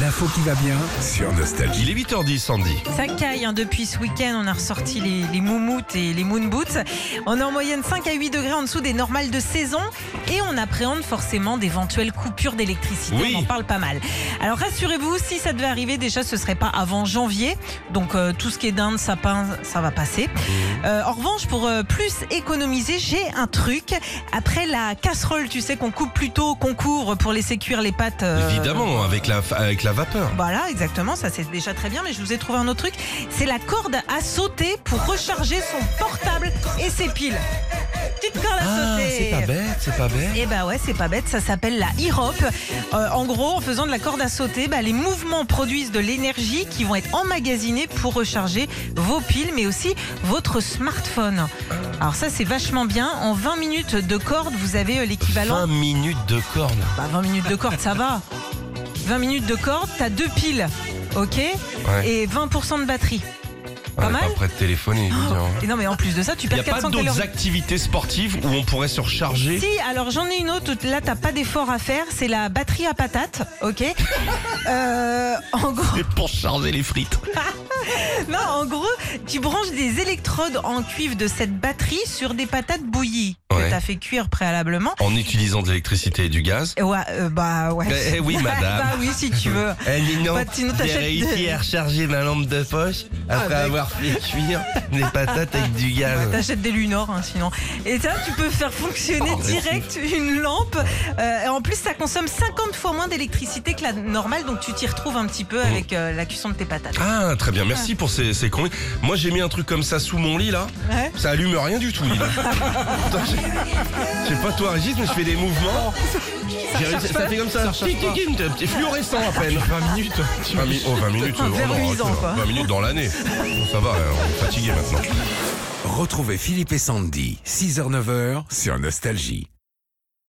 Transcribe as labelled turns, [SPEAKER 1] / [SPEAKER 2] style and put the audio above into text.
[SPEAKER 1] L'info qui va bien.
[SPEAKER 2] sur Nostalgie.
[SPEAKER 3] Il est 8h10, Sandy.
[SPEAKER 4] Ça caille hein, depuis ce week-end. On a ressorti les, les moumoutes et les moon boots. On est en moyenne 5 à 8 degrés en dessous des normales de saison et on appréhende forcément d'éventuelles coupures d'électricité.
[SPEAKER 3] Oui.
[SPEAKER 4] On en parle pas mal. Alors rassurez-vous, si ça devait arriver, déjà ce serait pas avant janvier. Donc euh, tout ce qui est dinde, sapin, ça va passer.
[SPEAKER 3] Mmh.
[SPEAKER 4] Euh, en revanche, pour euh, plus économiser, j'ai un truc. Après la casserole, tu sais qu'on coupe plutôt au concours pour laisser cuire les pâtes. euh,
[SPEAKER 3] Évidemment, avec la, avec la vapeur.
[SPEAKER 4] voilà, exactement, ça c'est déjà très bien, mais je vous ai trouvé un autre truc. C'est la corde à sauter pour recharger son portable et ses piles. Petite corde à sauter.
[SPEAKER 3] bête, Ah, c'est pas bête.
[SPEAKER 4] Eh bah ouais, c'est pas bête, ça s'appelle la IROP. en gros, en faisant de la corde à sauter, bah, les mouvements produisent de l'énergie qui vont être emmagasinés pour recharger vos piles, mais aussi votre smartphone. Alors ça, c'est vachement bien. En 20 minutes de corde, vous avez euh,
[SPEAKER 3] 20
[SPEAKER 4] l'équivalent...
[SPEAKER 3] minutes de corne.
[SPEAKER 4] Bah 20 minutes de corde, ça va. 20 minutes de corde, t'as deux piles, ok
[SPEAKER 3] Ouais.
[SPEAKER 4] Et 20% de batterie.
[SPEAKER 3] On
[SPEAKER 4] Pas
[SPEAKER 3] est
[SPEAKER 4] mal
[SPEAKER 3] pas prêt de téléphoner, je veux dire.
[SPEAKER 4] Et non, mais en plus de ça, tu
[SPEAKER 3] Il n'y
[SPEAKER 4] perds
[SPEAKER 3] a pas
[SPEAKER 4] 400
[SPEAKER 3] d'autres
[SPEAKER 4] calories.
[SPEAKER 3] activités sportives où on pourrait se recharger.
[SPEAKER 4] Si, alors j'en ai une autre. Là, t'as pas d'effort à faire. C'est la batterie à patates, ok Euh, En gros,
[SPEAKER 3] C'est pour charger les frites.
[SPEAKER 4] non, en gros, tu branches des électrodes en cuivre de cette batterie sur des patates bouillies
[SPEAKER 3] Ouais.
[SPEAKER 4] que t'as fait cuire préalablement.
[SPEAKER 3] En utilisant de l'électricité et du gaz.
[SPEAKER 4] Et Ouais, euh, bah ouais.
[SPEAKER 3] Eh, eh oui, madame.
[SPEAKER 4] bah oui, si tu veux.
[SPEAKER 3] Eh
[SPEAKER 4] Bah, sinon,
[SPEAKER 3] j'ai
[SPEAKER 4] t'achètes
[SPEAKER 3] réussi
[SPEAKER 4] des-
[SPEAKER 3] à recharger ma lampe de poche après
[SPEAKER 4] bah,
[SPEAKER 3] avoir fait cuire des patates avec du gaz.
[SPEAKER 4] T'achètes des lunores hein, sinon. Et ça, tu peux faire fonctionner
[SPEAKER 3] Oh, merci.
[SPEAKER 4] direct une lampe. Euh, et en plus, ça consomme 50 fois moins d'électricité que la normale, donc tu t'y retrouves un petit peu avec euh, la cuisson de tes patates.
[SPEAKER 3] Ah, très bien, merci pour ces, ces conseils. Moi, j'ai mis un truc comme ça sous mon lit, là.
[SPEAKER 4] Ouais.
[SPEAKER 3] Ça allume rien du tout, il a. Putain, j'ai- Je sais pas toi, Régis, mais je fais des mouvements. J'ai réussi- Ça, fait comme ça, tic, tic, tic, un petit fluorescent à peine. 20 minutes. 20, oh, 20 minutes,
[SPEAKER 4] Un
[SPEAKER 3] oh non,
[SPEAKER 4] verluisant,
[SPEAKER 3] attends,
[SPEAKER 4] quoi.
[SPEAKER 3] 20 minutes dans l'année. Bon, ça va, euh, on est fatigué maintenant.
[SPEAKER 2] Retrouvez Philippe et Sandy, 6h-9h sur Nostalgie.